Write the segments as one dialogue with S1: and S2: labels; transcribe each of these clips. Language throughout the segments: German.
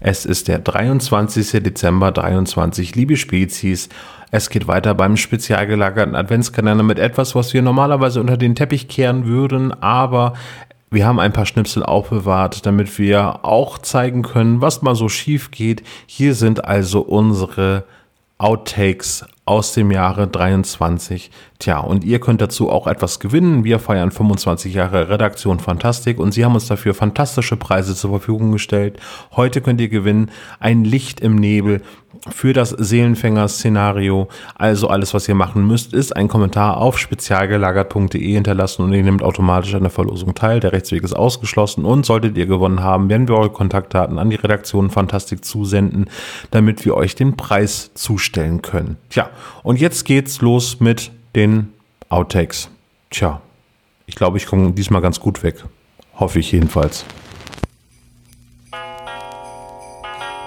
S1: Es ist der 23. Dezember 23, liebe Spezies. Es geht weiter beim spezial gelagerten Adventskalender mit etwas, was wir normalerweise unter den Teppich kehren würden, aber wir haben ein paar Schnipsel aufbewahrt, damit wir auch zeigen können, was mal so schief geht. Hier sind also unsere Outtakes aus dem Jahre 23. Tja, und ihr könnt dazu auch etwas gewinnen. Wir feiern 25 Jahre Redaktion Fantastik und sie haben uns dafür fantastische Preise zur Verfügung gestellt. Heute könnt ihr gewinnen ein Licht im Nebel für das Seelenfänger-Szenario. Also alles, was ihr machen müsst, ist einen Kommentar auf spezialgelagert.de hinterlassen und ihr nehmt automatisch an der Verlosung teil. Der Rechtsweg ist ausgeschlossen und solltet ihr gewonnen haben, werden wir eure Kontaktdaten an die Redaktion Fantastik zusenden, damit wir euch den Preis zustellen können. Tja, und jetzt geht's los mit den Outtakes. Tja, ich glaube, ich komme diesmal ganz gut weg. Hoffe ich jedenfalls.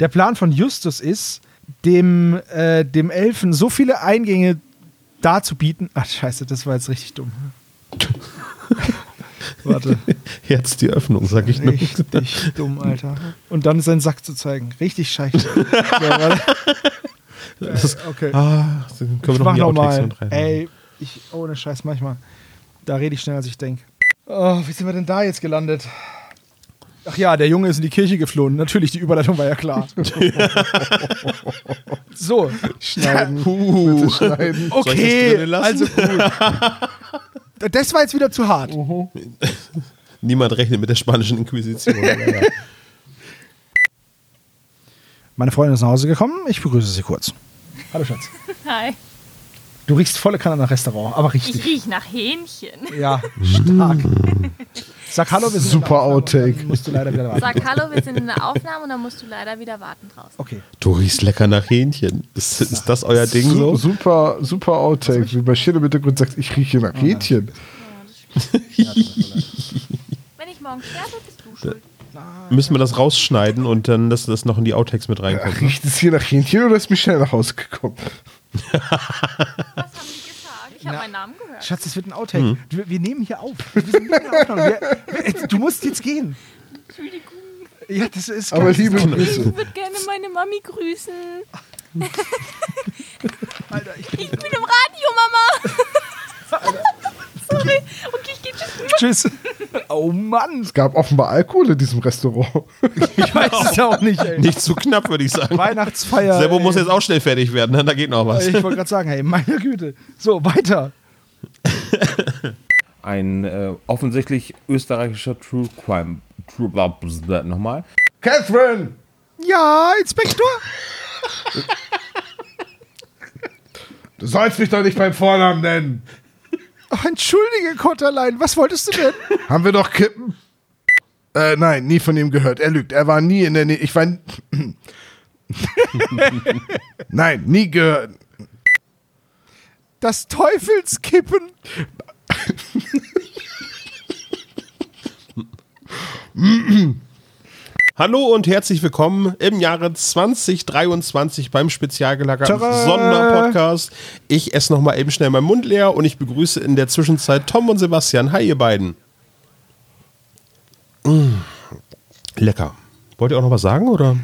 S2: Der Plan von Justus ist, dem, äh, dem Elfen so viele Eingänge darzubieten. Ach, scheiße, das war jetzt richtig dumm. Warte.
S3: Jetzt die Öffnung, sag ich nur.
S2: Richtig dumm, Alter. Und dann seinen Sack zu zeigen. Richtig scheiße. ja, warte.
S3: Das ist,
S2: Okay.
S3: ah, so können wir
S2: ich
S3: noch
S2: mach
S3: die Outtakes
S2: nochmal.
S3: mit reinhaben.
S2: Ey, ich, ohne Scheiß, manchmal. Da rede ich schneller, als ich denke. Oh, wie sind wir denn da jetzt gelandet? Ach ja, der Junge ist in die Kirche geflohen. Natürlich, die Überleitung war ja klar. so,
S4: Schneiden. Bitte schneiden.
S2: okay,
S3: drin
S2: also gut. Das war jetzt wieder zu hart.
S3: Niemand rechnet mit der spanischen Inquisition. Ja, ja.
S2: Meine Freundin ist nach Hause gekommen. Ich begrüße sie kurz. Hallo Schatz.
S5: Hi.
S2: Du riechst volle Kanne nach Restaurant, aber richtig.
S5: Ich riech nach Hähnchen.
S2: Ja, stark. Sag Hallo, wir sind in der
S4: Super
S2: Aufnahme,
S4: Outtake.
S2: dann Musst du leider wieder warten.
S5: Sag Hallo, wir sind in der Aufnahme und dann musst du leider wieder warten draußen.
S2: Okay.
S3: du riechst lecker nach Hähnchen. Ist, ist das euer Ding
S4: Su-
S3: so?
S4: Super, super Outtake. Wie bei Schirde mit der Grund sagst, ich rieche nach Hähnchen.
S5: Wenn ich morgen sterbe, bist du schuld.
S3: Müssen wir das rausschneiden und dann lassen das noch in die Outtakes mit reinkommt?
S4: Riecht es hier nach Hähnchen oder ist Michelle nach Hause gekommen?
S5: Was haben die gesagt? Ich habe meinen Namen gehört.
S2: Schatz, das wird ein Outtake. Wir, wir nehmen hier auf. Wir sind nicht in der Aufnahme. wir, wir, du musst jetzt gehen. Ja, das ist
S4: Aber
S2: ganz-
S4: liebe Grüße.
S5: Ich würde gerne meine Mami grüßen.
S2: Alter, ich,
S5: Ich bin im Radio, Mama. Sorry. Okay, ich gehe tschüss.
S2: tschüss. Oh Mann.
S4: Es gab offenbar Alkohol in diesem Restaurant.
S2: Ich weiß es ja auch nicht, ey.
S3: Nicht zu knapp, würde ich sagen.
S2: Weihnachtsfeier.
S3: Servo
S2: ey.
S3: muss jetzt auch schnell fertig werden, ne? da geht noch was.
S2: Ich wollte gerade sagen, hey, meine Güte. So, weiter.
S6: ein äh, offensichtlich österreichischer True Crime. True, bla, bla, bla, nochmal.
S4: Catherine!
S2: Ja, Inspektor.
S4: Du sollst mich doch nicht beim Vornamen nennen.
S2: Ach, entschuldige, Kotterlein. Was wolltest du denn?
S4: Haben wir doch Kippen? Äh, nein, nie von ihm gehört. Er lügt. Er war nie in der Nähe. Ich war. nein, nie gehört.
S2: Das Teufelskippen.
S3: Hallo und herzlich willkommen im Jahre 2023 beim spezialgelagerten
S2: Tada!
S3: Sonderpodcast. Ich esse noch mal eben schnell meinen Mund leer und ich begrüße in der Zwischenzeit Tom und Sebastian. Hi, ihr beiden. Mm, lecker. Wollt ihr auch noch was sagen oder?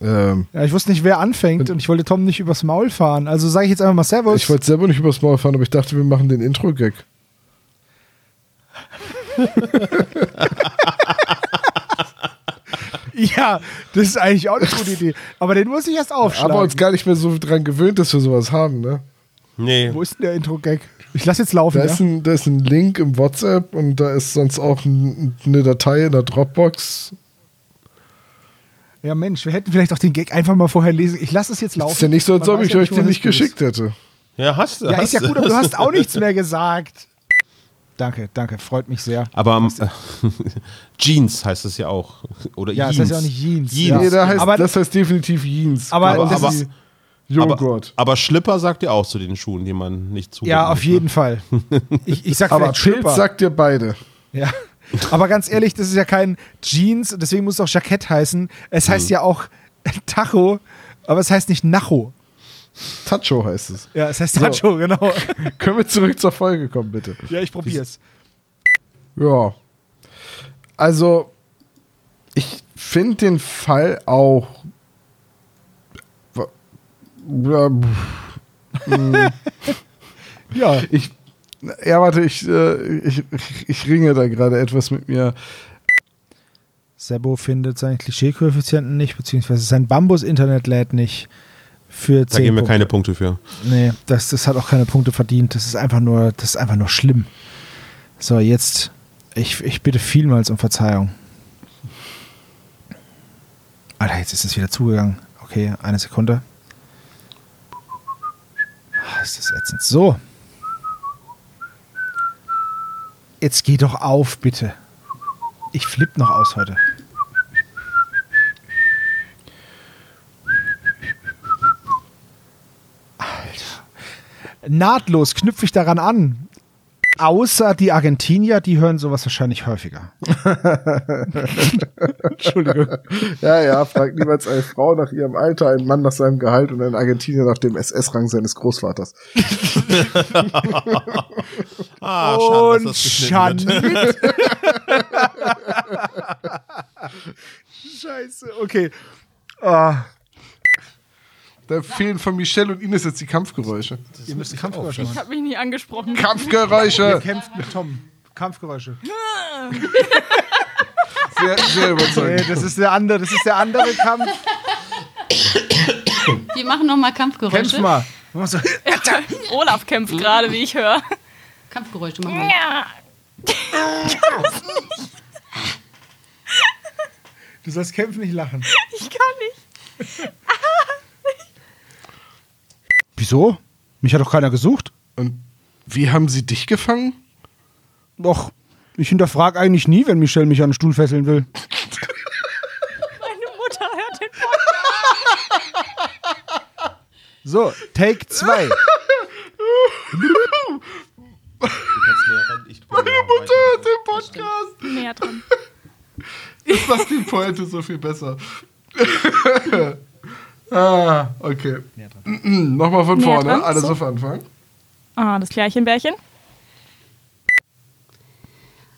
S4: Ähm,
S2: Ja, ich wusste nicht, wer anfängt und ich wollte Tom nicht übers Maul fahren. Also sage ich jetzt einfach mal Servus.
S4: ich wollte selber nicht übers Maul fahren, aber ich dachte, wir machen den Intro-Gag.
S2: ja, das ist eigentlich auch eine gute Idee. Aber den muss ich erst aufschlagen.
S4: Aber uns gar nicht mehr so dran gewöhnt, dass wir sowas haben, ne?
S3: Nee.
S2: Wo ist denn der Intro-Gag? Ich lass jetzt laufen.
S4: Da,
S2: Ja?
S4: ist ein, da ist ein Link im WhatsApp und da ist sonst auch ein, eine Datei in der Dropbox.
S2: ja, Mensch, wir hätten vielleicht auch den Gag einfach mal vorher lesen. Ich lass es jetzt laufen.
S4: Ist ja nicht so, als
S2: Man
S4: ob
S2: weiß
S4: ich
S2: ja
S4: euch
S2: wo
S4: den nicht
S2: das ist.
S4: geschickt hätte.
S3: Ja, hast du.
S2: Ja,
S3: hast
S2: ist ja
S3: du.
S2: gut, aber du hast auch nichts mehr gesagt. Danke, danke, freut mich sehr.
S3: Aber ähm, Jeans heißt es ja auch. Oder
S2: Ja, es
S3: Jeans.
S2: heißt ja auch nicht Jeans,
S3: Jeans.
S4: Nee, da heißt,
S2: Aber-
S4: das heißt definitiv Jeans.
S2: Aber-
S4: Klar,
S2: aber-
S4: das ist Joghurt.
S3: Aber, aber Schlipper sagt ihr auch zu den Schuhen, die man nicht zu.
S2: Oh Ja, auf jeden Fall. Ich, ich sag
S4: ne? Aber,
S2: vielleicht
S4: Pilz
S2: Schlüpper.
S4: sagt dir beide.
S2: Ja. Aber ganz ehrlich, das ist ja kein Jeans, deswegen muss es auch Jackett heißen. Es
S4: Hm.
S2: heißt ja auch Tacho, aber es heißt nicht Nacho.
S4: Tacho heißt es.
S2: Ja, es heißt Tacho, genau.
S4: Können wir zurück zur Folge kommen, bitte?
S2: Ja, ich probier's.
S4: Ja. Also, ich finde den Fall auch. Ja,
S2: Ja.
S4: Ich, ja, warte, ich, äh, ich, ich, ich ringe da gerade etwas mit mir.
S2: Sebo findet seinen Klischee-Koeffizienten nicht, beziehungsweise sein Bambus-Internet lädt nicht. Für
S3: Da geben wir keine Punkte für.
S2: Nee, das, das hat auch keine Punkte verdient. Das ist einfach nur, das ist einfach nur schlimm. So, jetzt, ich, ich bitte vielmals um Verzeihung. Alter, jetzt ist es wieder zugegangen. Okay, eine Sekunde. Ah, Ist das ätzend. So. Jetzt geh doch auf, bitte. Ich flipp noch aus heute. nahtlos knüpfe ich daran an. Außer die Argentinier, die hören sowas wahrscheinlich häufiger.
S4: Ja, ja, fragt niemals eine Frau nach ihrem Alter, einen Mann nach seinem Gehalt und einen Argentinier nach dem SS-Rang seines Großvaters.
S3: Ah,
S2: Und
S3: geschnitten wird.
S2: Schanit. Scheiße, okay. Ah,
S4: Da fehlen von Michelle und Ines jetzt die Kampfgeräusche.
S2: ihr müsst Kampfgeräusche
S5: Ich
S2: machen.
S5: habe mich nie angesprochen.
S4: Kampfgeräusche!
S2: Kämpft mit Tom. Kampfgeräusche.
S4: Sehr, sehr
S2: Nee,
S4: überzeugend.
S2: das ist der andere, das ist der andere Kampf.
S7: Wir machen nochmal Kampfgeräusche.
S2: Kämpf mal. Mach so.
S5: Olaf kämpft gerade, wie ich höre.
S7: Kampfgeräusche machen wir.
S2: Du sollst kämpfen, nicht lachen.
S5: Ich kann nicht.
S2: Wieso? Mich hat doch keiner gesucht.
S4: Und wie haben sie dich gefangen?
S2: Doch, ich hinterfrage eigentlich nie, wenn Michelle mich an den Stuhl fesseln will.
S5: Meine Mutter hört den
S2: So, Take 2.
S4: Meine Mutter hört den Podcast!
S5: Podcast näher dran.
S4: Das macht die Pointe so viel besser. ah, okay. Mm, Nochmal von
S5: Näher
S4: vorne,
S5: dran,
S4: alles
S5: so.
S4: auf Anfang.
S5: Ah, das Klärchenbärchen.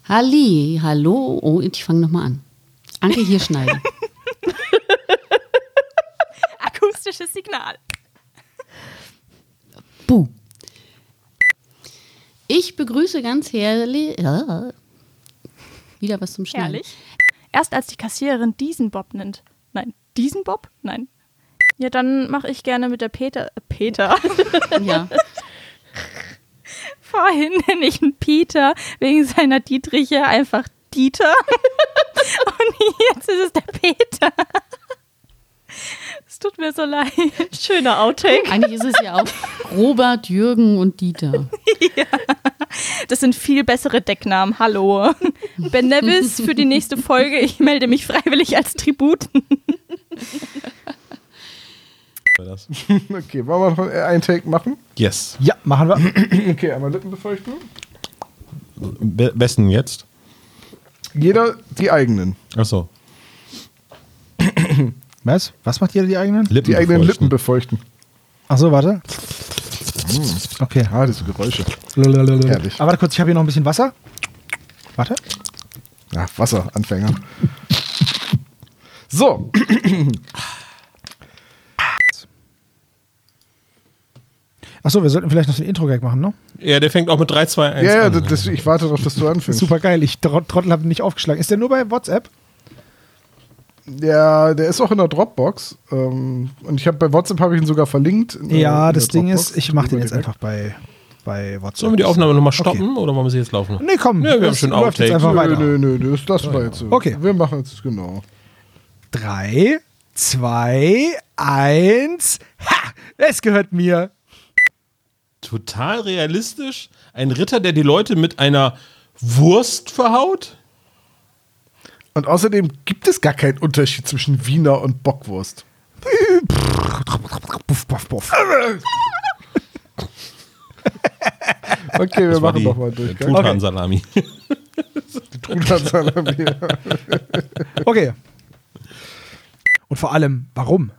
S7: Halli, hallo. Oh, ich fange nochmal an. Anke hier schneiden.
S5: Akustisches Signal.
S7: Buh. Ich begrüße ganz herrlich. Ja. Wieder was zum Schneiden.
S5: Herrlich. Erst als die Kassiererin diesen Bob nennt. Nein, diesen Bob? Nein. Ja, dann mache ich gerne mit der Peter. äh, Peter.
S7: Ja.
S5: Vorhin nenne ich einen Peter wegen seiner Dietriche einfach Dieter. Und jetzt ist es der Peter. Es tut mir so leid. Schöner Outtake.
S7: Eigentlich ist es ja auch Robert, Jürgen und Dieter.
S5: Das sind viel bessere Decknamen. Hallo. Ben Nevis für die nächste Folge. Ich melde mich freiwillig als Tribut.
S4: Okay, wollen wir noch einen Take machen?
S3: Yes.
S2: Ja, machen wir.
S4: Okay, einmal Lippenbefeuchtung.
S3: Be besten jetzt?
S4: Jeder die eigenen.
S3: Achso.
S2: Was? Was macht jeder die eigenen?
S3: Lippen
S4: Die eigenen
S3: befeuchten.
S4: Lippen befeuchten.
S2: Achso, warte.
S3: Mm.
S2: Okay.
S4: Ah, diese Geräusche. Herrlich.
S2: Aber warte kurz, ich habe hier noch ein bisschen Wasser. Warte.
S4: Ah, Wasseranfänger. So.
S2: Achso, wir sollten vielleicht noch den Intro-Gag machen, ne?
S3: Ja, der fängt auch mit 3, 2, 1
S4: Ja, ja,
S3: an.
S4: das, das, ich warte doch, dass du anfängst.
S2: Super geil. Ich Trot- Trottel habe nicht aufgeschlagen. Ist der nur bei WhatsApp?
S4: Ja, der ist auch in der Dropbox. Ähm, und ich habe bei WhatsApp habe ich ihn sogar verlinkt. in der- Äh, in
S2: ja,
S4: der
S2: das Ding
S4: Dropbox.
S2: ist, ich mache den
S4: Über
S2: jetzt
S4: direkt.
S2: einfach bei, bei WhatsApp.
S3: Sollen wir die Aufnahme nochmal stoppen oder wollen wir sie jetzt laufen?
S2: Nee, komm.
S3: Ja, wir haben
S2: das
S3: schon
S2: läuft jetzt
S3: Outtakes.
S2: einfach weiter.
S4: Nö, nö, nö, das lassen wir jetzt so.
S2: Okay.
S4: Wir machen jetzt genau.
S2: Drei, zwei, eins. Ha! Es gehört mir.
S3: total realistisch? Ein Ritter, der die Leute mit einer Wurst verhaut?
S4: Und außerdem gibt es gar keinen Unterschied zwischen Wiener und Bockwurst. Okay, wir
S3: Das war
S4: machen
S3: die
S4: nochmal durch. gell?
S3: Tutan-Salami.
S4: Truthahn-Salami.
S2: Okay. Und vor allem, warum?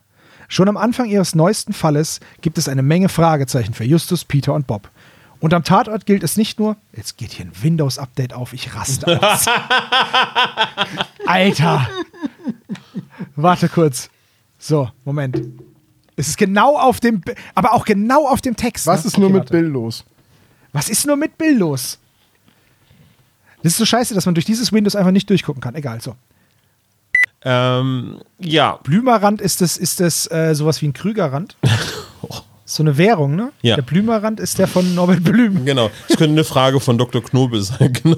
S2: Schon am Anfang ihres neuesten Falles gibt es eine Menge Fragezeichen für Justus, Peter und Bob. Und am Tatort gilt es nicht nur, jetzt geht hier ein Windows-Update auf, ich raste aus. Alter! Warte kurz. So, Moment. Es ist genau auf dem, Bi- aber auch genau auf dem Text.
S4: Was
S2: ne?
S4: ist nur
S2: Okay,
S4: mit
S2: warte.
S4: Bill los?
S2: Was ist nur mit Bill los? Das ist so scheiße, dass man durch dieses Windows einfach nicht durchgucken kann. Egal, so.
S3: ähm, ja,
S2: Blümerrand ist das, ist das äh, sowas wie ein Krügerrand. So eine Währung, ne?
S3: Ja.
S2: Der Blümerrand ist der von Norbert Blüm.
S3: genau. Das könnte eine Frage von Dr. Knobel sein. Genau.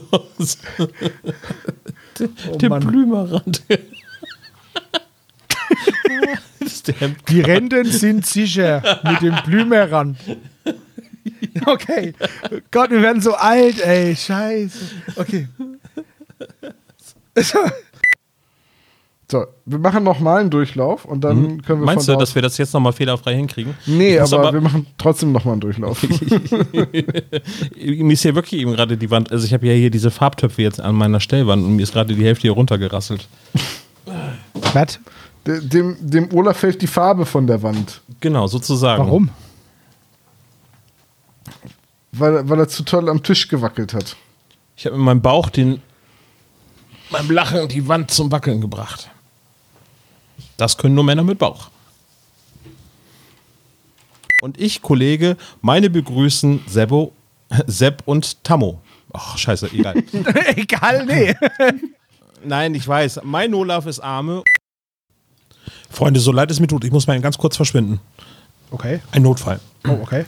S4: Oh
S3: der
S2: Mann.
S3: Blümerrand. das ist der Hemd.
S2: Die Renten sind sicher mit dem Blümerrand. Okay. Gott, wir werden so alt, ey. Scheiße. Okay.
S4: So, wir machen nochmal einen Durchlauf und dann können wir
S3: Meinst
S4: von
S3: du,
S4: da
S3: dass wir das jetzt nochmal fehlerfrei hinkriegen?
S4: Nee,
S3: Ich muss
S4: aber, wir machen trotzdem nochmal einen Durchlauf.
S3: mir ist hier wirklich eben gerade die Wand, also ich habe ja hier diese Farbtöpfe jetzt an meiner Stellwand und mir ist gerade die Hälfte hier runtergerasselt.
S2: Was?
S4: De- dem, dem Olaf fällt die Farbe von der Wand,
S3: Genau, sozusagen.
S2: Warum?
S4: weil, er- weil er zu toll am Tisch gewackelt hat.
S3: Ich habe mit meinem Bauch den, meinem Lachen die Wand zum Wackeln gebracht. Das können nur Männer mit Bauch. Und ich, Kollege, meine begrüßen Sebo, Sepp und Tammo. Ach, scheiße, egal.
S2: Egal, nee.
S3: Nein, ich weiß. Mein Olaf ist Arme. Freunde, so leid es mir tut, ich muss mal eben ganz kurz verschwinden.
S2: Okay.
S3: Ein Notfall.
S2: Oh, okay.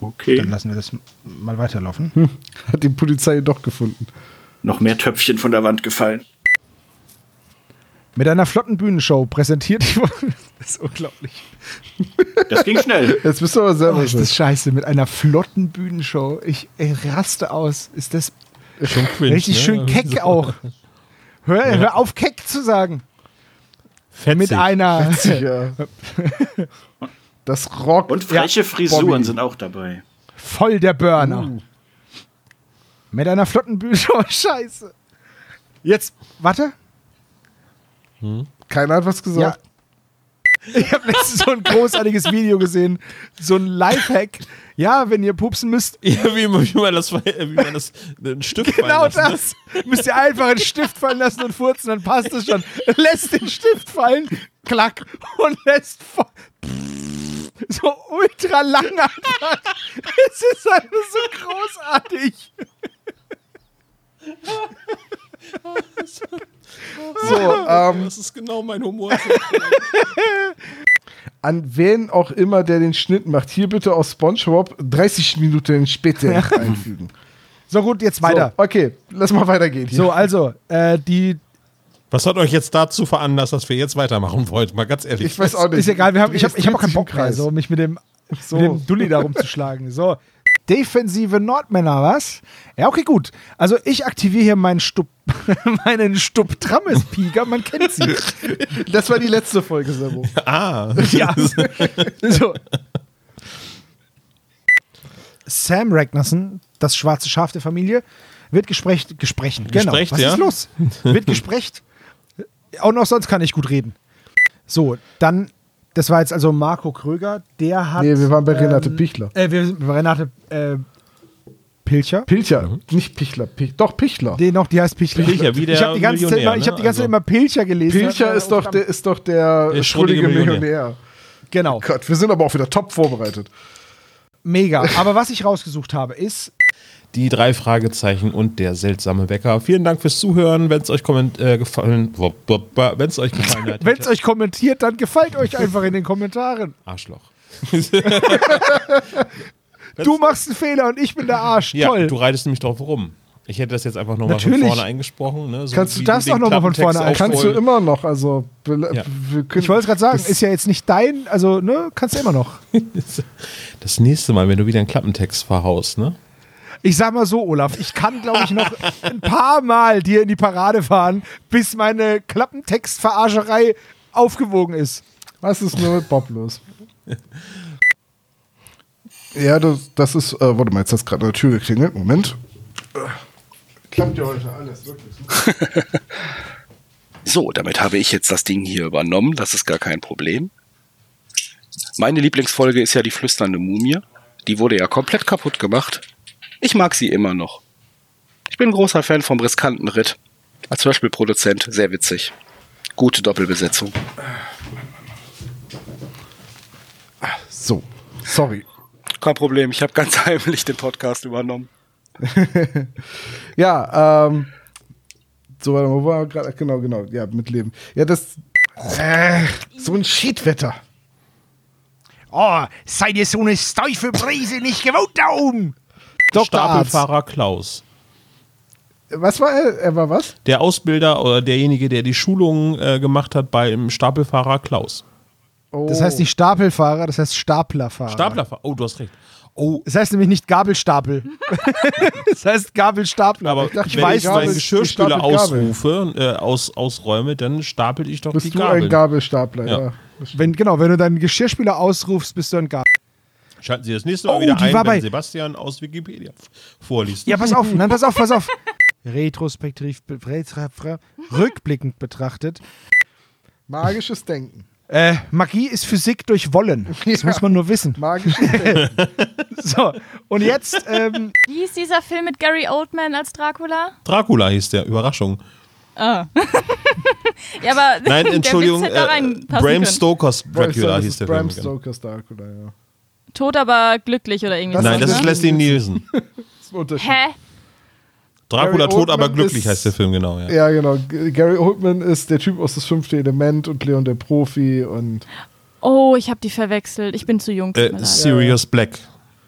S2: Dann
S8: Okay.
S2: lassen wir das mal weiterlaufen.
S4: Hat die Polizei doch gefunden.
S8: Noch mehr Töpfchen von der Wand gefallen.
S2: Mit einer flotten Bühnenshow präsentiert die Das ist unglaublich.
S8: Das ging schnell.
S4: Jetzt bist du aber
S2: Oh,
S4: selber
S2: ist
S4: schuld.
S2: das scheiße. Mit einer flotten Bühnenshow. Ich ey, raste aus. Ist das
S3: Schon cringe,
S2: Richtig
S3: ne?
S2: schön keck auch. Hör, hör auf, keck zu sagen.
S3: Fetzig.
S2: Mit einer.
S4: Ja. Das Rock.
S8: Und freche Frisuren
S4: Bobby.
S8: sind auch dabei.
S2: Voll der Burner.
S3: Uh.
S2: Mit einer flotten Bühne. Oh, scheiße. Jetzt, warte.
S4: Keiner hat was
S2: Ja.
S4: gesagt.
S2: Ich habe letztens so ein großartiges Video gesehen. So ein Lifehack. Ja, wenn ihr pupsen müsst,
S3: Ja, wie, wie man das, wie man das äh, ein Stück fallen
S2: genau
S3: lassen, ne?
S2: das. Müsst ihr einfach einen Stift fallen lassen und furzen, dann passt es schon. Lässt den Stift fallen, klack, und lässt voll. So ultra lang einfach. Es ist einfach so großartig.
S4: So, ähm,
S3: Das ist genau mein Humor.
S4: an wen auch immer, der den Schnitt macht, hier bitte auf Spongebob 30 Minuten später einfügen.
S2: So gut, jetzt
S4: So,
S2: weiter.
S4: okay, lass mal weitergehen.
S2: So, also, äh, die.
S3: Was hat euch jetzt dazu veranlasst, dass wir jetzt weitermachen wollten? Mal ganz ehrlich.
S4: Ich weiß auch nicht.
S2: Ist egal, wir haben, ich habe ich hab auch
S4: Dreht
S2: keinen
S4: sich im
S2: Bock mehr,
S4: Kreis.
S2: so, mich mit dem,
S4: So.
S2: mit dem Dulli da rumzuschlagen. So. Defensive Nordmänner, was? Ja, okay, gut. Also ich aktiviere hier meinen Stupp, meinen Stupp-Trammes-Pieker, man kennt sie.
S4: Das war die letzte Folge, Sebo.
S3: ah,
S2: Ja. so. Sam Ragnarsson, das schwarze Schaf der Familie, wird gesprecht, gesprechen. Genau.
S3: Gesprecht,
S2: Was
S3: ja.
S2: ist los? Wird gesprecht. Auch noch sonst kann ich gut reden. So, dann, das war jetzt also Marco Kröger, der hat.
S4: Nee, wir waren bei Renate Pichler.
S2: Äh, wir sind bei Renate äh, Pilcher.
S4: Pilcher, nicht Pichler. Pich, doch, Pichler.
S2: Nee, noch, die heißt Pichler.
S3: Pilcher, wie der
S2: ich habe die ganze Zeit,
S3: Millionär,
S2: immer- ich hab die ganze
S3: ne?
S2: Zeit immer Pilcher gelesen.
S4: Pilcher ist doch, der, ist doch der,
S3: Der
S4: schuldige,
S3: schuldige
S4: Millionär.
S2: Genau.
S4: Gott, wir sind aber auch wieder top vorbereitet.
S2: Mega. Aber was ich rausgesucht habe, ist
S3: die drei Fragezeichen und der seltsame Wecker. Vielen Dank fürs Zuhören. Wenn es euch komment- äh, gefallen, wenn es euch gefallen hat,
S2: Wenn es euch kommentiert, dann gefällt euch einfach in den Kommentaren.
S3: Arschloch.
S2: Du machst einen Fehler und ich bin der Arsch.
S3: Ja,
S2: Toll.
S3: du reitest nämlich drauf rum. Ich hätte das jetzt einfach nochmal von
S2: Natürlich.
S3: vorne eingesprochen. Ne? So
S4: Kannst du
S3: wie
S4: das
S3: den
S2: auch noch mal von
S3: Klappentext
S2: vorne ein-
S3: aufrollen.
S4: Kannst du immer noch, also be-
S3: Ja.
S4: wir können,
S2: Ich wollte es gerade sagen,
S4: das-
S2: ist ja jetzt nicht dein, also ne, kannst du immer noch.
S3: Das nächste Mal, wenn du wieder einen Klappentext verhaust, ne?
S2: Ich sag mal so, Olaf, ich kann, glaube ich, noch ein paar Mal dir in die Parade fahren, bis meine Klappentextverarscherei aufgewogen ist.
S4: Was ist nur mit Bob los? ja, das, das ist. Äh, warte mal, jetzt hat gerade eine Tür geklingelt. Moment. Äh, Klappt ja heute alles, wirklich.
S9: So, damit habe ich jetzt das Ding hier übernommen. Das ist gar kein Problem. Meine Lieblingsfolge ist ja die flüsternde Mumie. Die wurde ja komplett kaputt gemacht. Ich mag sie immer noch. Ich bin großer Fan vom riskanten Ritt. Als Hörspielproduzent sehr witzig. Gute Doppelbesetzung.
S4: So, sorry.
S9: Kein Problem, ich habe ganz heimlich den Podcast übernommen.
S4: Ja, ähm. So, warte mal, wo war gerade? Genau, genau. Ja, mitleben. Ja, das. Äh, so ein Schiedwetter.
S2: Oh, seid ihr so eine steife Brise nicht gewohnt da oben?
S4: Dr. Arzt.
S3: Stapelfahrer Klaus.
S4: Was war er? Er war was?
S3: Der Ausbilder oder derjenige, der die Schulungen äh, gemacht hat beim Stapelfahrer Klaus.
S2: Das heißt nicht Stapelfahrer, das heißt Staplerfahrer.
S3: Staplerfahrer. Oh, du hast recht. Oh,
S2: Das heißt nämlich nicht Gabelstapel. das heißt Gabelstapler.
S3: aber
S4: dachte,
S3: wenn
S4: weiß,
S3: ich meinen
S4: Gabel-
S3: Geschirrspüler
S4: gestapelt Gabel.
S3: ausrufe, äh, aus, ausräume, dann stapel ich doch
S4: Oh, Bist
S3: die
S4: du
S3: Gabel.
S4: ein Gabelstapler?
S3: Ja.
S4: Ja.
S2: Wenn, genau, wenn du deinen Geschirrspüler ausrufst, bist du ein Gabel.
S3: Schalten Sie das nächste Mal
S2: Oh,
S3: wieder
S2: die
S3: ein,
S2: war
S3: wenn
S2: bei-
S3: Sebastian aus Wikipedia f- vorliest.
S2: Ja, pass auf, nein, pass auf, pass auf. Retrospektiv, be- retra- fra- rückblickend betrachtet.
S4: Magisches Denken.
S2: Äh, Magie ist Physik durch Wollen. Das muss man nur wissen.
S4: Magisches Denken.
S2: So, und jetzt, ähm,
S5: Wie hieß dieser Film mit Gary Oldman als Dracula?
S3: Dracula hieß der, Überraschung.
S5: Ja, aber
S3: Nein, Entschuldigung,
S5: der Witz hätte da
S3: äh,
S5: reinpassen
S3: Bram
S5: können.
S3: Stokers Dracula
S4: Das
S3: hieß
S4: ist
S3: der Film.
S4: Bram
S3: genau.
S4: Stoker's Dracula, ja.
S5: Tot, aber glücklich oder irgendwie ne?
S4: Das
S3: Nein, das
S4: ist-
S3: ist Leslie Nielsen.
S4: Das ist ein Unterschied.
S5: Hä?
S3: Dracula
S4: Gary
S3: tot,
S4: Oldman
S3: aber glücklich
S4: ist-
S3: heißt der Film, genau. Ja.
S4: Ja, genau. G- Gary Oldman ist der Typ aus das fünfte Element und Leon der Profi und
S5: Oh, ich habe die verwechselt. Ich bin zu jung. tut mir
S3: Äh,
S5: leid.
S3: Sirius Black.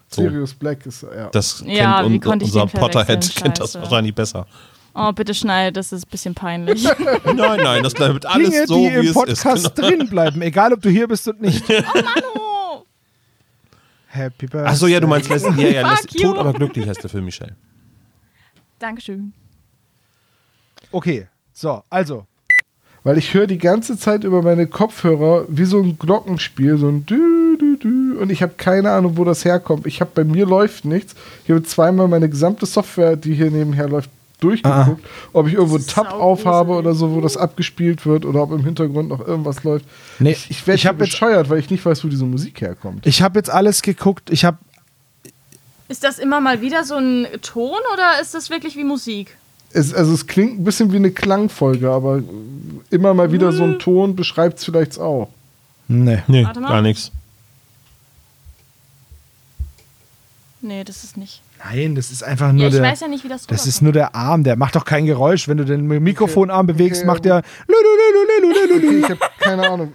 S3: So,
S4: Sirius Black ist ja.
S3: das kennt
S5: Ja, wie
S3: un
S5: konnte ich
S3: unser
S5: den verwechseln?
S3: Potterhead kennt das
S5: Scheiße.
S3: wahrscheinlich besser.
S5: Oh, bitte schneid, das ist ein bisschen peinlich.
S3: Nein, nein, das bleibt alles
S2: Dinge,
S3: so,
S2: die
S3: wie
S2: im
S3: es
S2: Podcast
S3: ist. Genau.
S2: drin bleiben, egal ob du hier bist und nicht. Happy Birthday.
S3: Achso, ja, du meinst Leslie. Ja, ja,
S5: Fuck
S3: Leslie, tot,
S5: you.
S3: aber glücklich heißt der Film, Michelle.
S5: Dankeschön.
S2: Okay, so, also.
S4: Weil ich höre die ganze Zeit über meine Kopfhörer wie so ein Glockenspiel, so ein Dü, Dü, Dü. Und ich habe keine Ahnung, wo das herkommt. Ich habe bei mir läuft nichts. Ich habe zweimal meine gesamte Software, die hier nebenher läuft, durchgeguckt,
S2: Ah.
S4: ob ich irgendwo einen Tab aufhabe oder so, wo das abgespielt wird oder ob im Hintergrund noch irgendwas läuft.
S2: Nee,
S4: ich ich werde
S2: ich hab jetzt-
S4: bescheuert, weil ich nicht weiß, wo diese Musik herkommt.
S2: Ich habe jetzt alles geguckt. Ich habe
S5: Ist das immer mal wieder so ein Ton oder ist das wirklich wie Musik?
S4: Es, also es klingt ein bisschen wie eine Klangfolge, aber äh, immer mal wieder so ein Ton beschreibt es vielleicht auch.
S2: nee.
S3: Nee,
S5: Warte mal.
S3: gar nichts.
S5: Nee, das ist nicht.
S2: Nein, das ist einfach nur
S5: Ja, ich
S2: der.
S5: weiß ja nicht, wie das
S2: das ist
S5: rüberkommt.
S2: nur der Arm, der macht doch kein Geräusch. Wenn du den Mikrofonarm bewegst,
S4: Okay.
S2: macht der. lulululululululu.
S4: Okay, ich habe keine Ahnung,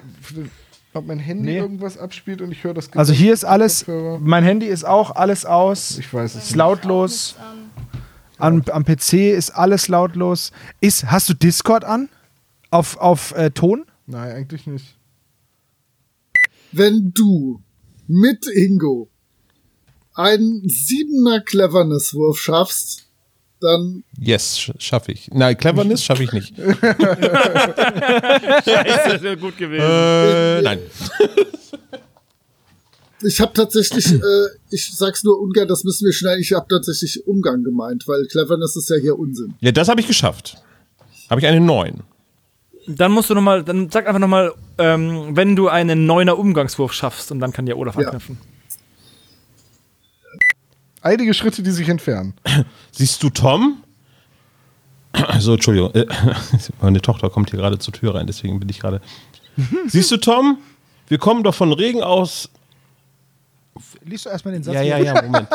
S4: ob mein Handy
S2: Nee.
S4: irgendwas abspielt und ich höre das.
S2: Also hier ist
S4: Geräusch
S2: alles.
S4: auf Kopfhörer.
S2: Mein Handy ist auch alles aus.
S4: Ich weiß es
S2: Ist lautlos. Am, am PC ist alles lautlos. Ist, hast du Discord an? Auf, auf äh, Ton?
S4: Nein, eigentlich nicht.
S10: wenn du mit Ingo einen siebener Cleverness-Wurf schaffst, dann
S3: Yes, sch- schaffe ich. Nein, Cleverness schaffe ich nicht.
S6: Das wäre gut gewesen.
S3: äh, nein.
S10: ich habe tatsächlich, äh, ich sag's nur ungern, das müssen wir schneiden, ich habe tatsächlich Umgang gemeint, weil Cleverness ist ja hier Unsinn.
S3: Ja, das habe ich geschafft. Habe ich eine 9.
S11: Dann musst du nochmal, dann sag einfach nochmal, ähm, wenn du einen neuner Umgangswurf schaffst und dann kann ja Olaf anknüpfen.
S4: Einige Schritte, die sich entfernen.
S3: Siehst du Tom? So, Entschuldigung. Äh, Meine Tochter kommt hier gerade zur Tür rein, deswegen bin ich gerade. Siehst du, Tom? Wir kommen doch von Regen aus.
S2: Liest du erstmal den Satz?
S3: Ja, ja, ja, Moment.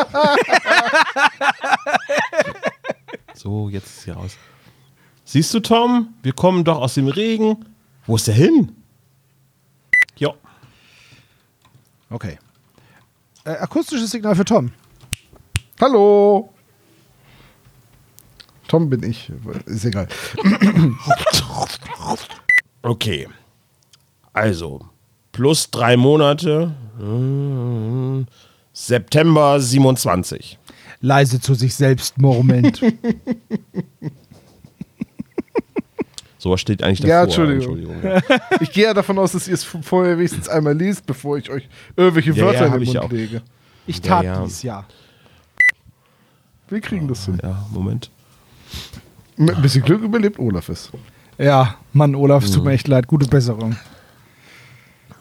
S3: so, jetzt ist sie raus. Siehst du, Tom? Wir kommen doch aus dem Regen. Wo ist der hin? Jo.
S2: Okay. Äh, akustisches Signal für Tom.
S4: Hallo. Tom bin ich. Ist egal.
S3: Okay. Also, plus drei Monate. Hm, September 27.
S2: Leise zu sich selbst murmelnd.
S3: So was steht eigentlich davor.
S4: Ja, Entschuldigung.
S3: Entschuldigung, ja.
S4: Ich gehe ja davon aus, dass ihr es vorher wenigstens einmal liest, bevor ich euch irgendwelche
S3: Ja,
S4: Wörter
S3: ja,
S4: in
S3: hab
S4: den
S3: ich
S4: Mund
S3: auch.
S4: lege.
S2: Ich
S3: Ja,
S2: tat
S3: ja.
S2: dies, ja.
S4: Wir kriegen das hin.
S3: Ja, Moment.
S4: Mit ein bisschen Glück überlebt Olaf es.
S2: Ja, Mann, Olaf,
S3: Mhm.
S2: es tut mir echt leid. Gute Besserung.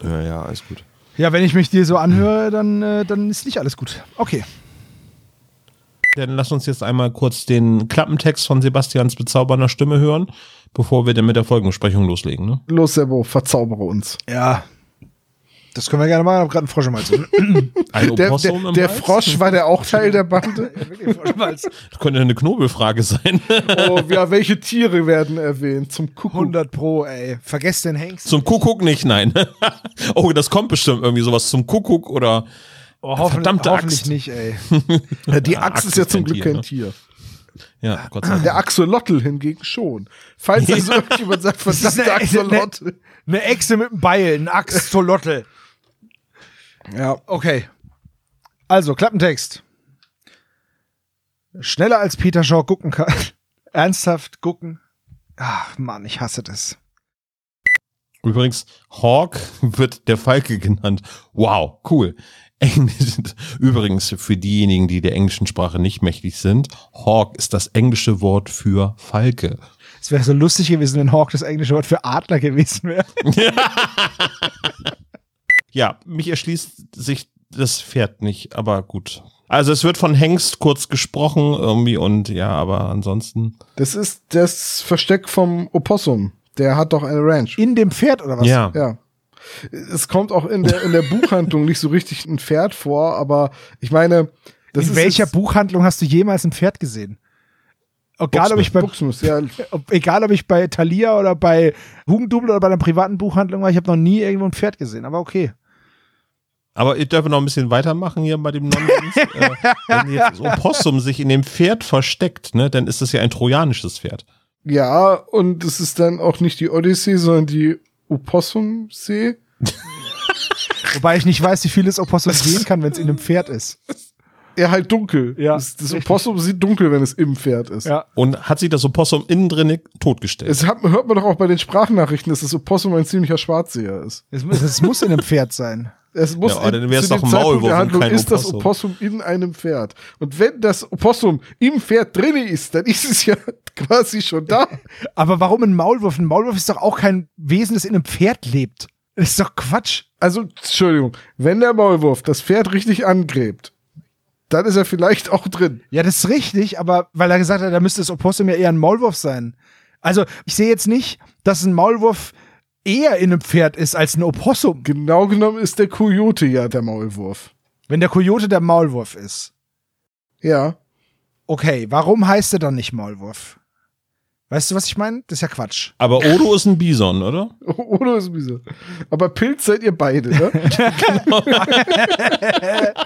S3: Ja, ja, alles gut.
S2: Ja, wenn ich mich dir so anhöre, dann, äh, dann ist nicht alles gut. Okay.
S3: Dann lass uns jetzt einmal kurz den Klappentext von Sebastians bezaubernder Stimme hören, bevor wir dann mit der Folgenbesprechung loslegen. Ne?
S4: Los, Sebo, verzaubere uns.
S2: Ja. Das können wir gerne machen. Ich habe gerade einen Frosch im Hals.
S3: Ein
S4: Der,
S3: Opossum
S4: der,
S3: im
S4: der
S3: Hals?
S4: Frosch war der auch Teil der Bande.
S3: Das könnte eine Knobelfrage sein.
S4: Oh, ja, welche Tiere werden erwähnt? Zum Kuckuck.
S2: 100 Pro, ey. Vergesst den Hengst.
S3: Zum Kuckuck nicht, nein. oh, das kommt bestimmt irgendwie sowas zum Kuckuck oder
S2: Oh, hoffentlich,
S3: verdammte
S2: hoffentlich
S3: Axt.
S2: nicht, ey.
S4: Die Axt ist ja zum Glück kein
S3: ne?
S4: Tier.
S3: Ja, Gott sei Dank.
S4: Der Axolotl hingegen schon. Falls das so jemand sagt, verdammte Axolotl.
S2: Eine Echse mit einem Beil, ein Axolotl. ja, okay. Also, Klappentext. Schneller als Peter Shaw gucken kann. Ernsthaft gucken. Ach, Mann, ich hasse das.
S3: Übrigens, Hawk wird der Falke genannt. Wow, cool. Englisch, übrigens, für diejenigen, die der englischen Sprache nicht mächtig sind, Hawk ist das englische Wort für Falke.
S2: Es wäre so lustig gewesen, wenn Hawk das englische Wort für Adler gewesen wäre.
S3: Ja, mich erschließt sich das Pferd nicht, aber gut. Also es wird von Hengst kurz gesprochen irgendwie und ja, aber ansonsten.
S4: Das ist das Versteck vom Opossum. Der hat doch eine Ranch.
S2: In dem Pferd oder was?
S3: Ja.
S4: Ja. Es kommt auch in der, in der Buchhandlung nicht so richtig ein Pferd vor, aber ich meine, das
S2: In
S4: ist
S2: welcher
S4: jetzt-
S2: Buchhandlung hast du jemals ein Pferd gesehen? Egal ob, ich bei,
S4: Buxmus, ja.
S2: ob, egal, ob ich bei Thalia oder bei Hugendubel oder bei einer privaten Buchhandlung war, ich habe noch nie irgendwo ein Pferd gesehen, aber okay.
S3: Aber ihr dürft noch ein bisschen weitermachen hier bei dem Nonsens. äh, wenn jetzt das Opossum sich in dem Pferd versteckt, ne, dann ist das ja ein trojanisches Pferd.
S4: Ja, und es ist dann auch nicht die Odyssee, sondern die Opossumsee.
S2: Wobei ich nicht weiß, wie viel es Opossum sehen kann, wenn es in einem Pferd ist.
S4: Ja, halt dunkel.
S2: Ja,
S4: Das, das Opossum sieht dunkel, wenn es im Pferd ist.
S2: Ja.
S3: Und hat sich das Opossum innen drin totgestellt.
S4: Es hat, hört man doch auch bei den Sprachnachrichten, dass das Opossum ein ziemlicher Schwarzseher ist.
S2: Es, muss- es muss in einem Pferd sein.
S4: Es muss
S3: Ja, aber dann
S4: in-
S3: wär's
S4: zu
S3: doch
S4: dem
S3: ein
S4: Zeitpunkt
S3: Maulwurf
S4: der
S3: und
S4: Handlung
S3: kein
S4: ist das
S3: Opossum.
S4: Opossum in einem Pferd. Und wenn das Opossum im Pferd drin ist, dann ist es ja quasi schon da.
S2: Aber warum ein Maulwurf? Ein Maulwurf ist doch auch kein Wesen, das in einem Pferd lebt. Das ist doch Quatsch.
S4: Also, Entschuldigung, wenn der Maulwurf das Pferd richtig angräbt, dann ist er vielleicht auch drin.
S2: Ja, das ist richtig, aber weil er gesagt hat, da müsste das Opossum ja eher ein Maulwurf sein. Also, ich sehe jetzt nicht, dass ein Maulwurf eher in einem Pferd ist als ein Opossum.
S4: Genau genommen ist der Kojote ja der Maulwurf.
S2: Wenn der Kojote der Maulwurf ist.
S4: Ja.
S2: Okay, warum heißt er dann nicht Maulwurf? Weißt du, was ich meine? Das ist ja Quatsch.
S3: Aber Odo ist ein Bison, oder?
S4: Oder ist wieso. Aber Pilz seid ihr beide, ne?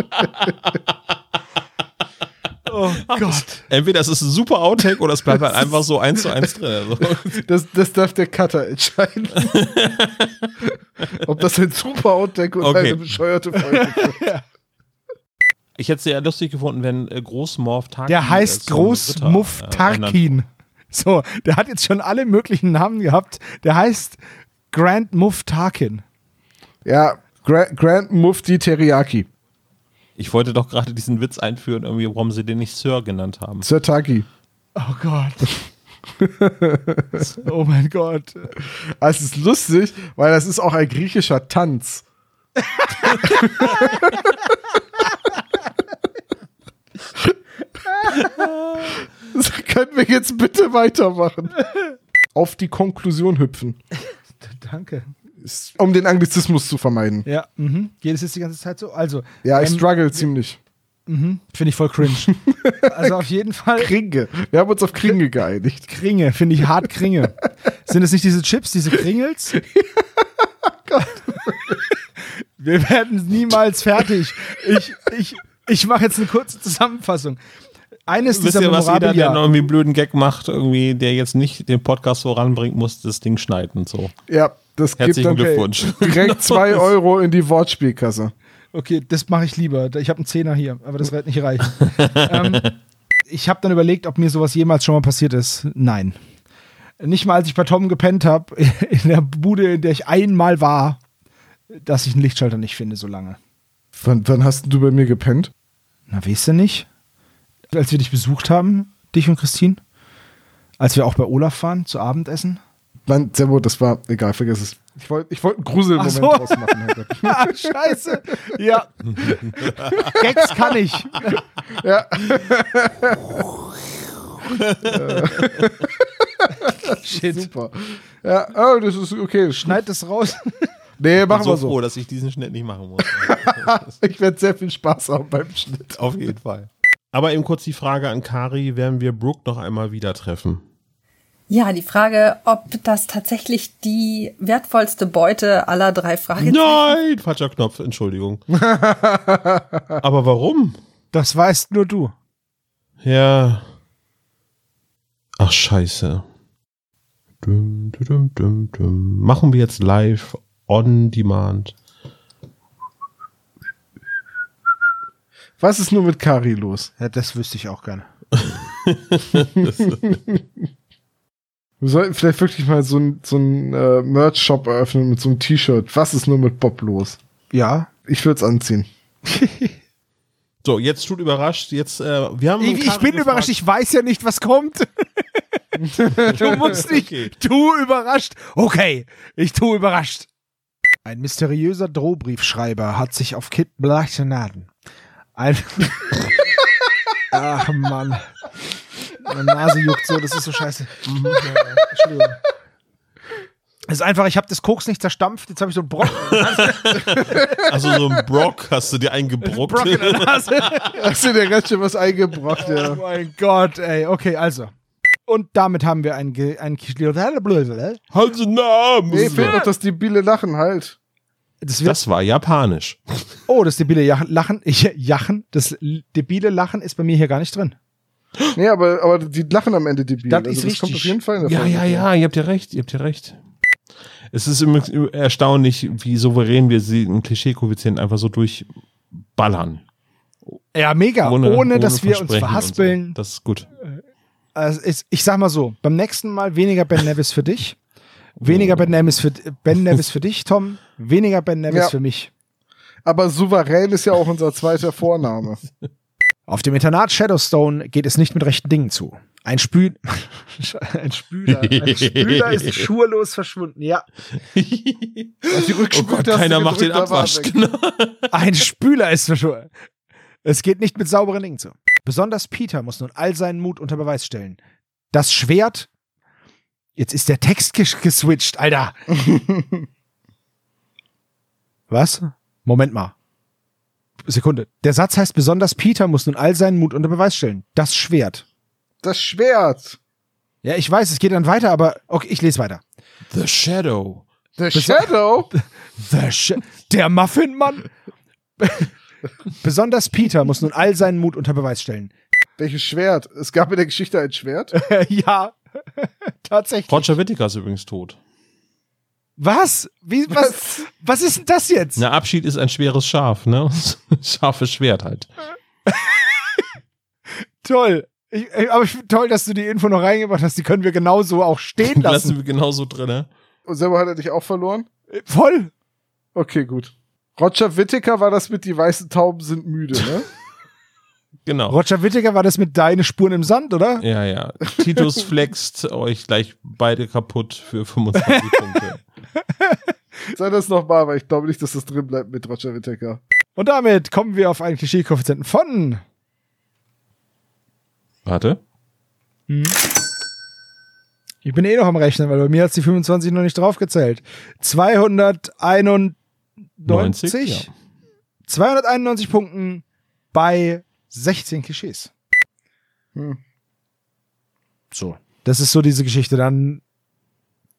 S2: Oh Gott.
S3: Entweder es ist ein super Outtake oder es bleibt halt einfach so eins zu eins drin. Also.
S4: Das, das darf der Cutter entscheiden. Ob das ein super Outdeck oder
S3: Okay.
S4: eine bescheuerte Folge wird.
S3: Ich hätte es ja lustig gefunden, wenn äh, Großmorph Tarkin.
S2: Der heißt
S3: äh,
S2: Großmuff Tarkin. So, der hat jetzt schon alle möglichen Namen gehabt. Der heißt Grand Muff Tarkin.
S4: Ja, Grand, Grand Mufti Teriyaki.
S3: Ich wollte doch gerade diesen Witz einführen, irgendwie, warum sie den nicht Sir genannt haben.
S4: Zertaki.
S2: Oh Gott. oh mein Gott.
S4: Also es ist lustig, weil das ist auch ein griechischer Tanz. das können wir jetzt bitte weitermachen. Auf die Konklusion hüpfen,
S2: Danke.
S4: Ist- um den Anglizismus zu vermeiden.
S2: Ja, mhm. jedes ist die ganze Zeit so. Also,
S4: Ja, ich
S2: Ähm,
S4: struggle ziemlich.
S2: mhm. finde ich voll cringe. also auf jeden Fall.
S4: Kringe. Wir haben uns auf Kringe geeinigt.
S2: Kringe, finde ich hart Kringe. Sind es nicht diese Chips, diese Kringels? Wir werden niemals fertig. Ich, ich, ich mache jetzt eine kurze Zusammenfassung. Eines
S3: Wisst
S2: dieser
S3: ihr, was jeder, der noch
S2: Memorabilia.
S3: irgendwie einen blöden Gag macht, irgendwie, der jetzt nicht den Podcast voranbringt, muss das Ding schneiden und so.
S4: Ja, das
S3: Herzlichen
S4: gibt dann
S3: Glückwunsch.
S4: direkt 2 Euro in die Wortspielkasse.
S2: Okay, das mache ich lieber. Ich habe einen Zehner hier, aber das wird nicht reichen. ähm, ich habe dann überlegt, ob mir sowas jemals schon mal passiert ist. Nein. Nicht mal, als ich bei Tom gepennt habe, in der Bude, in der ich einmal war, dass ich einen Lichtschalter nicht finde so lange.
S4: Wann, wann hast denn du bei mir gepennt?
S2: Na, weißt du nicht? Als wir dich besucht haben, dich und Christine? Als wir auch bei Olaf waren, zu Abendessen?
S4: Nein, Servo, das war egal, vergiss es. Ich wollte ich wollt einen Gruselmoment
S2: Ach so.
S4: draus machen. Alter.
S2: Ah, scheiße. Ja. Gags kann ich.
S4: Ja.
S2: Shit.
S4: Super. Ja, ah, das ist okay.
S2: Schneid das raus.
S4: Nee,
S3: Ich bin
S4: machen
S3: so
S4: wir
S3: froh,
S4: so.
S3: dass ich diesen Schnitt nicht machen muss.
S4: Ich werde sehr viel Spaß haben beim Schnitt.
S3: Auf jeden Fall. Aber eben kurz die Frage an Kari, werden wir Brooke noch einmal wieder treffen?
S12: Ja, die Frage, ob das tatsächlich die wertvollste Beute aller drei Fragen
S3: Nein, falscher Knopf, Entschuldigung. Aber warum?
S2: Das weißt nur du.
S3: Ja. Ach scheiße. Dum, dum, dum, dum, dum. Machen wir jetzt live on demand.
S4: Was ist nur mit Kari los?
S2: Ja, das wüsste ich auch gerne.
S4: Wir sollten vielleicht wirklich mal so einen so einen, äh, Merch-Shop eröffnen mit so einem T-Shirt. Was ist nur mit Bob los?
S2: Ja.
S4: Ich würde es anziehen.
S3: So, jetzt tut überrascht. Jetzt, äh, wir haben
S2: Ich, ich
S3: Kari
S2: bin
S3: gefragt-
S2: überrascht, ich weiß ja nicht, was kommt. du musst nicht.
S3: Okay.
S2: Du überrascht. Okay, ich tu überrascht. Ein mysteriöser Drohbriefschreiber hat sich auf Kit Blachsenaden. Ein. Ach Mann. Meine Nase juckt so, das ist so scheiße. Mhm, ja, ja. Entschuldigung. Das ist einfach, ich habe das Koks nicht zerstampft, jetzt habe ich so einen Brocken
S3: Also so ein Brock hast du dir eingebrockt.
S2: Brock in der Nase.
S4: Hast du dir ganz schön was eingebracht,
S2: Oh
S4: ja.
S2: mein Gott, ey. Okay, also. Und damit haben wir ein, Ge- ein Kischli-
S3: Halt den Namen.
S4: Nee, fehlt noch das debile Lachen halt.
S2: Das wird,
S3: Das war japanisch.
S2: oh, das debile Jach- Lachen, ich, Jachen, das l- debile Lachen ist bei mir hier gar nicht drin.
S4: Nee, aber, aber die lachen am Ende debil.
S2: Das ist
S4: also, das kommt auf
S2: richtig.
S4: jeden Fall in der
S3: Ja,
S4: Folge
S3: ja,
S4: vor.
S3: ja, ihr habt ja recht, ihr habt ja recht. Es ist übrigens erstaunlich, wie souverän wir sie im Klischee-Koeffizienten einfach so durchballern.
S2: Ja, mega. Ohne, dass wir uns
S3: Versprechen und
S2: verhaspeln.
S3: So. Das ist gut.
S2: Also ist, ich sag mal so, beim nächsten Mal weniger Ben Nevis für dich, weniger Ben, Nevis für, ben Nevis für dich, Tom, weniger Ben Nevis
S4: Ja.
S2: für mich.
S4: Aber souverän ist ja auch unser zweiter Vorname.
S2: Auf dem Internat Shadowstone geht es nicht mit rechten Dingen zu. Ein Spül... ein Spüler. Ein Spüler ist spurlos verschwunden, ja.
S4: Also die Rückspülte
S3: Oh Gott,
S4: hast du
S3: keiner macht
S4: gedrückt,
S3: den
S4: da war
S3: Abwasch.
S4: weg.
S3: Genau.
S2: Ein Spüler ist verschwunden. Es geht nicht mit sauberen Dingen zu. Besonders Peter muss nun all seinen Mut unter Beweis stellen. Das Schwert. Jetzt ist der Text ges geswitcht, Alter. Was? Moment mal. Sekunde. Der Satz heißt, besonders Peter muss nun all seinen Mut unter Beweis stellen. Das Schwert.
S4: Das Schwert.
S2: Ja, ich weiß, es geht dann weiter, aber okay, ich lese weiter.
S3: The Shadow.
S4: Der Shadow.
S2: The Sch- der Muffinmann? Besonders Peter muss nun all seinen Mut unter Beweis stellen.
S4: Welches Schwert? Es gab in der Geschichte ein Schwert.
S2: ja, tatsächlich.
S3: Roger Whittaker ist übrigens tot.
S2: Was? Wie, was? Was ist denn das jetzt?
S3: Na, Abschied ist ein schweres Schaf, ne? Scharfes Schwert halt.
S2: Toll. Ich, äh, aber ich find toll, dass du die Info noch reingebracht hast. Die können wir genauso auch stehen
S3: Lassen
S2: lassen.
S3: wir genauso drin, ne?
S4: Und selber hat er dich auch verloren?
S2: Äh, Voll.
S4: Okay, gut. Roger Whittaker war das mit die weißen Tauben sind müde, ne?
S3: Genau.
S2: Roger Whittaker war das mit deine Spuren im Sand, oder?
S3: Ja, ja. Titus flext euch gleich beide kaputt für 25 Punkte.
S4: Sei das nochmal, weil ich glaube nicht, dass das drin bleibt mit Roger Whittaker.
S2: Und damit kommen wir auf einen Klischee-Koeffizienten von.
S3: Warte.
S2: Ich bin eh noch am Rechnen, weil bei mir hat die 25 noch nicht draufgezählt. 291.
S3: 90,
S2: 291 Punkten bei 16 Klischees.
S4: Hm.
S2: So. Das ist so diese Geschichte dann.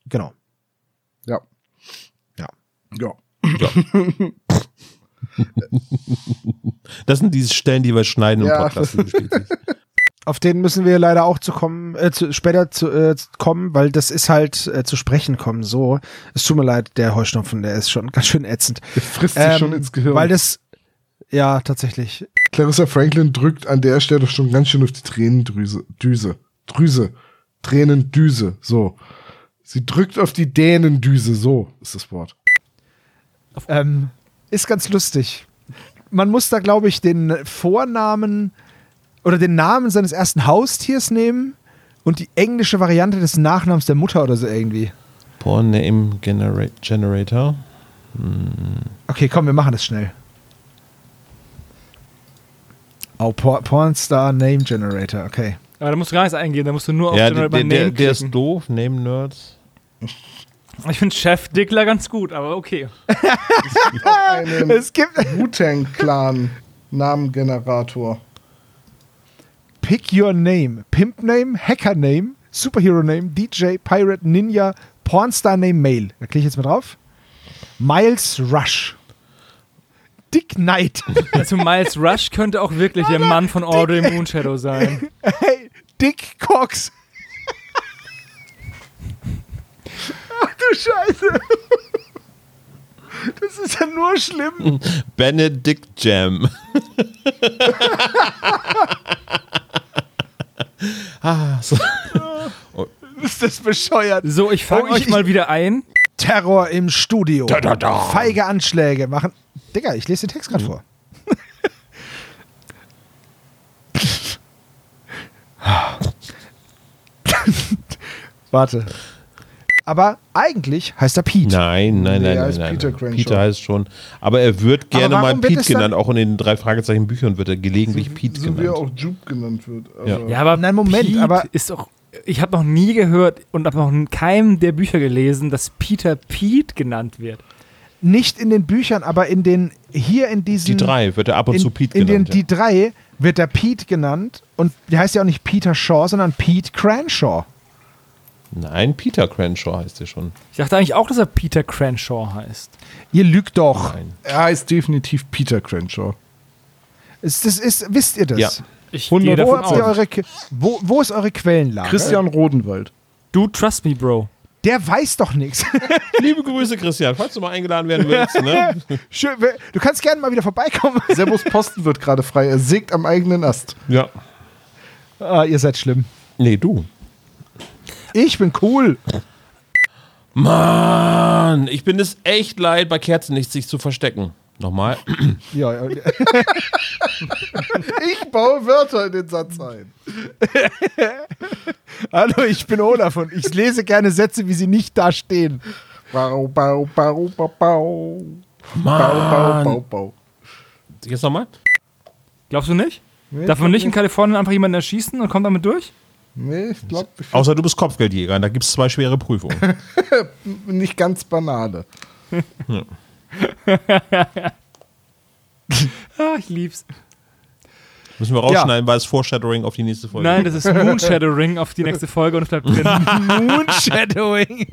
S2: Genau.
S4: Ja.
S2: Ja.
S4: Ja.
S3: Das sind diese Stellen, die wir schneiden im
S4: Ja.
S3: Podcast. liebe Spezies.
S2: auf den müssen wir leider auch zu kommen, äh, zu, später zu äh, zu kommen, weil das ist halt äh, zu sprechen kommen. So, es tut mir leid, der Heuschnupfen, der ist schon ganz schön ätzend. Der
S4: frisst sich
S3: Ähm,
S4: schon ins Gehirn.
S2: Weil das, ja, tatsächlich.
S4: Clarissa Franklin drückt an der Stelle schon ganz schön auf die Tränendrüse. Düse. Drüse. Tränendüse. So. Sie drückt auf die Dänendüse. So ist das Wort.
S2: Ähm, ist ganz lustig. Man muss da, glaube ich, den Vornamen oder den Namen seines ersten Haustiers nehmen und die englische Variante des Nachnamens der Mutter oder so irgendwie.
S3: Born Name Genera Generator.
S2: Okay, komm, wir machen das schnell. Oh, Por Pornstar Name Generator, okay.
S11: Aber da musst du gar nichts eingehen, da musst du nur auf
S3: Ja, der,
S11: Generate
S3: der,
S11: by
S3: der,
S11: Name
S3: der ist
S11: klicken.
S3: doof, Name Nerds.
S11: Ich finde Chef Dickler ganz gut, aber okay.
S4: Einen
S2: es gibt
S4: Wu-Tang-Clan. Namengenerator.
S2: Pick Your Name, Pimp Name, Hacker Name, Superhero Name, DJ, Pirate, Ninja, Pornstar Name, Mail. Da klicke ich jetzt mal drauf. Miles Rush. Dick Knight.
S11: Also Miles Rush könnte auch wirklich der Mann von Audrey Moonshadow sein.
S2: hey, Dick Cox. Ach du Scheiße. Das ist ja nur schlimm.
S3: Benedict Jam. ah, so. Oh,
S2: Ist das bescheuert?
S11: So, ich fange
S2: Oh,
S11: euch
S2: ich-
S11: mal wieder ein.
S2: Terror im Studio.
S11: Da, da, da.
S2: Feige Anschläge machen. Digga, ich lese den Text
S3: Mhm.
S2: gerade vor. Warte. Aber eigentlich heißt er Pete.
S3: Nein,
S2: Nee,
S3: nein, nein,
S2: er
S3: nein.
S2: heißt
S3: nein.
S2: Peter
S3: nein.
S2: Crenshaw.
S3: Peter heißt schon. Aber er wird gerne
S4: warum
S3: mal
S4: wird
S3: Pete
S4: es dann-
S3: genannt. Auch in den drei Fragezeichen Büchern wird er gelegentlich Pete
S4: So wie er
S3: genannt.
S4: auch Jupe genannt wird. Also
S3: Ja.
S11: Ja, aber Nein,
S2: Moment,
S11: Pete
S2: aber-
S11: ist doch. Ich habe noch nie gehört und habe noch in keinem der Bücher gelesen, dass Peter Pete genannt wird.
S2: Nicht in den Büchern, aber in den hier in diesen.
S3: Die drei wird er ab und
S2: in,
S3: zu Pete
S2: in
S3: genannt.
S2: Den, Die drei wird der Pete genannt und der heißt ja auch nicht Peter Shaw, sondern Pete Cranshaw.
S3: ja. Nein, Peter Crenshaw heißt er schon.
S11: Ich dachte eigentlich auch, dass er Peter Crenshaw heißt.
S2: Ihr lügt doch.
S4: Er heißt definitiv Peter Crenshaw.
S2: Ist, das ist, wisst ihr das?
S4: Ja.
S11: Ich
S2: Wo,
S11: gehe davon
S2: habt ihr
S11: aus.
S2: eure, Ke- wo, wo ist eure Quellenlage?
S4: Christian Rodenwald.
S11: Du trust me, Bro.
S2: Der weiß doch nichts.
S3: Liebe Grüße, Christian. Falls du mal eingeladen werden willst, ne?
S2: Schön, wir- du kannst gerne mal wieder vorbeikommen.
S4: Servus Posten wird gerade frei. Er sägt am eigenen Ast.
S3: Ja.
S2: Ah, ihr seid schlimm.
S3: Nee, du.
S2: Ich bin cool.
S3: Mann, ich bin es echt leid, bei Kerzenlicht sich zu verstecken. Nochmal.
S2: Ja, ja, ja.
S4: Ich baue Wörter in den Satz ein.
S2: Hallo, ich bin Olaf und ich lese gerne Sätze, wie sie nicht da stehen.
S4: Bau, bau, bau, bau, bau.
S3: Mann.
S4: Bau, bau, bau, bau.
S3: Jetzt nochmal.
S11: Glaubst du nicht?
S4: Nee,
S11: Darf man
S4: glaub
S11: nicht in Kalifornien einfach jemanden erschießen und kommt damit durch?
S4: Nee, ich glaube,
S3: Außer du bist Kopfgeldjäger, und da gibt es zwei schwere Prüfungen.
S4: nicht ganz Banane.
S11: Ah, ich lieb's.
S3: Müssen wir rausschneiden, weil es Foreshadowing auf die nächste Folge
S11: Nein, das ist Moonshadowing auf die nächste Folge und es bleibt drin.
S2: Moonshadowing.